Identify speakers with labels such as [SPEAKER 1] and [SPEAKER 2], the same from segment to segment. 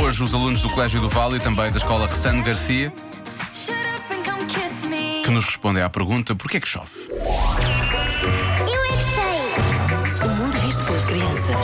[SPEAKER 1] Hoje, os alunos do Colégio do Vale e também da Escola Ressano Garcia, que nos respondem à pergunta: porquê é que chove?
[SPEAKER 2] Eu é que sei.
[SPEAKER 3] O mundo visto pelas crianças.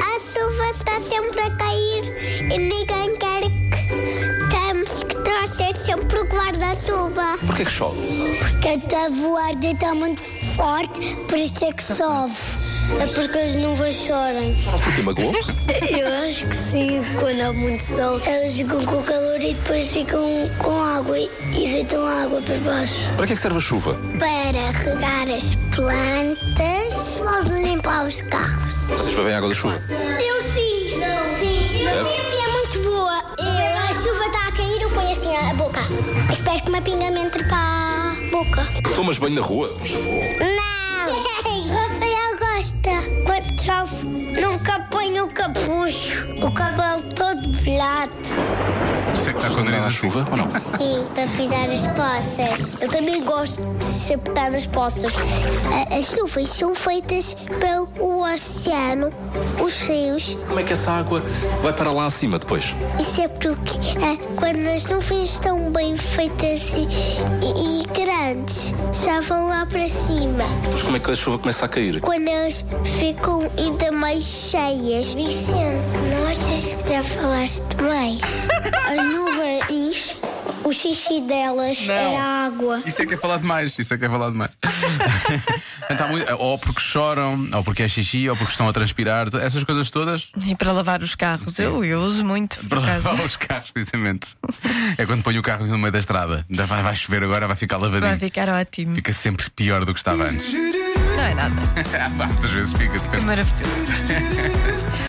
[SPEAKER 2] A chuva está sempre a cair e ninguém quer que temos que trazer sempre o guarda-chuva.
[SPEAKER 1] Porquê é que chove?
[SPEAKER 2] Porque está a voar de está muito forte, por isso é que chove. É porque as nuvens choram.
[SPEAKER 1] Porque magoou-se?
[SPEAKER 2] Eu acho que sim, quando há muito sol, elas ficam com calor e depois ficam com água e deitam água para baixo.
[SPEAKER 1] Para que é que serve a chuva?
[SPEAKER 2] para regar as plantas ou de limpar os carros?
[SPEAKER 1] Vocês bebem água da chuva?
[SPEAKER 2] Eu sim! Não. Sim! Mas minha pia é muito boa! Eu, a chuva está a cair, eu ponho assim a boca. Espero que uma pinga me entre para a boca.
[SPEAKER 1] Tomas banho na rua?
[SPEAKER 2] Não! Rafael gosta. Quando chove, nunca ponho o capucho. O cabelo todo bolado.
[SPEAKER 1] Você que está com o nariz
[SPEAKER 4] Dá
[SPEAKER 1] assim. a
[SPEAKER 4] a
[SPEAKER 1] chuva?
[SPEAKER 4] chuva ou não?
[SPEAKER 2] Sim, para pisar as poças. Eu também gosto de chapetar as poças. A- As chuvas são feitas pelo oceano, os rios.
[SPEAKER 4] Como é que essa água vai para lá acima depois?
[SPEAKER 2] Isso é porque ah, quando as nuvens estão bem feitas e, e- e grandes, já vão lá para cima.
[SPEAKER 4] Mas como é que a chuva começa a cair?
[SPEAKER 2] Quando elas ficam ainda mais cheias. Vicente, não achas que já falaste mais? As nuvens, o xixi delas
[SPEAKER 1] Não.
[SPEAKER 2] é a água.
[SPEAKER 1] Isso é que é falar demais, isso é que é falar demais. Então, há muito- ou porque choram, ou porque é xixi, ou porque estão a transpirar, essas coisas todas.
[SPEAKER 5] E para lavar os carros, eu, eu uso muito, por
[SPEAKER 1] Para
[SPEAKER 5] acaso.
[SPEAKER 1] lavar os carros, precisamente. É quando ponho o carro no meio da estrada. Ainda vai, vai chover agora, vai ficar
[SPEAKER 5] Vai
[SPEAKER 1] lavadinho.
[SPEAKER 5] ficar ótimo.
[SPEAKER 1] Fica sempre pior do que estava antes.
[SPEAKER 5] Não é nada.
[SPEAKER 1] Às vezes fica, depende.
[SPEAKER 5] É maravilhoso.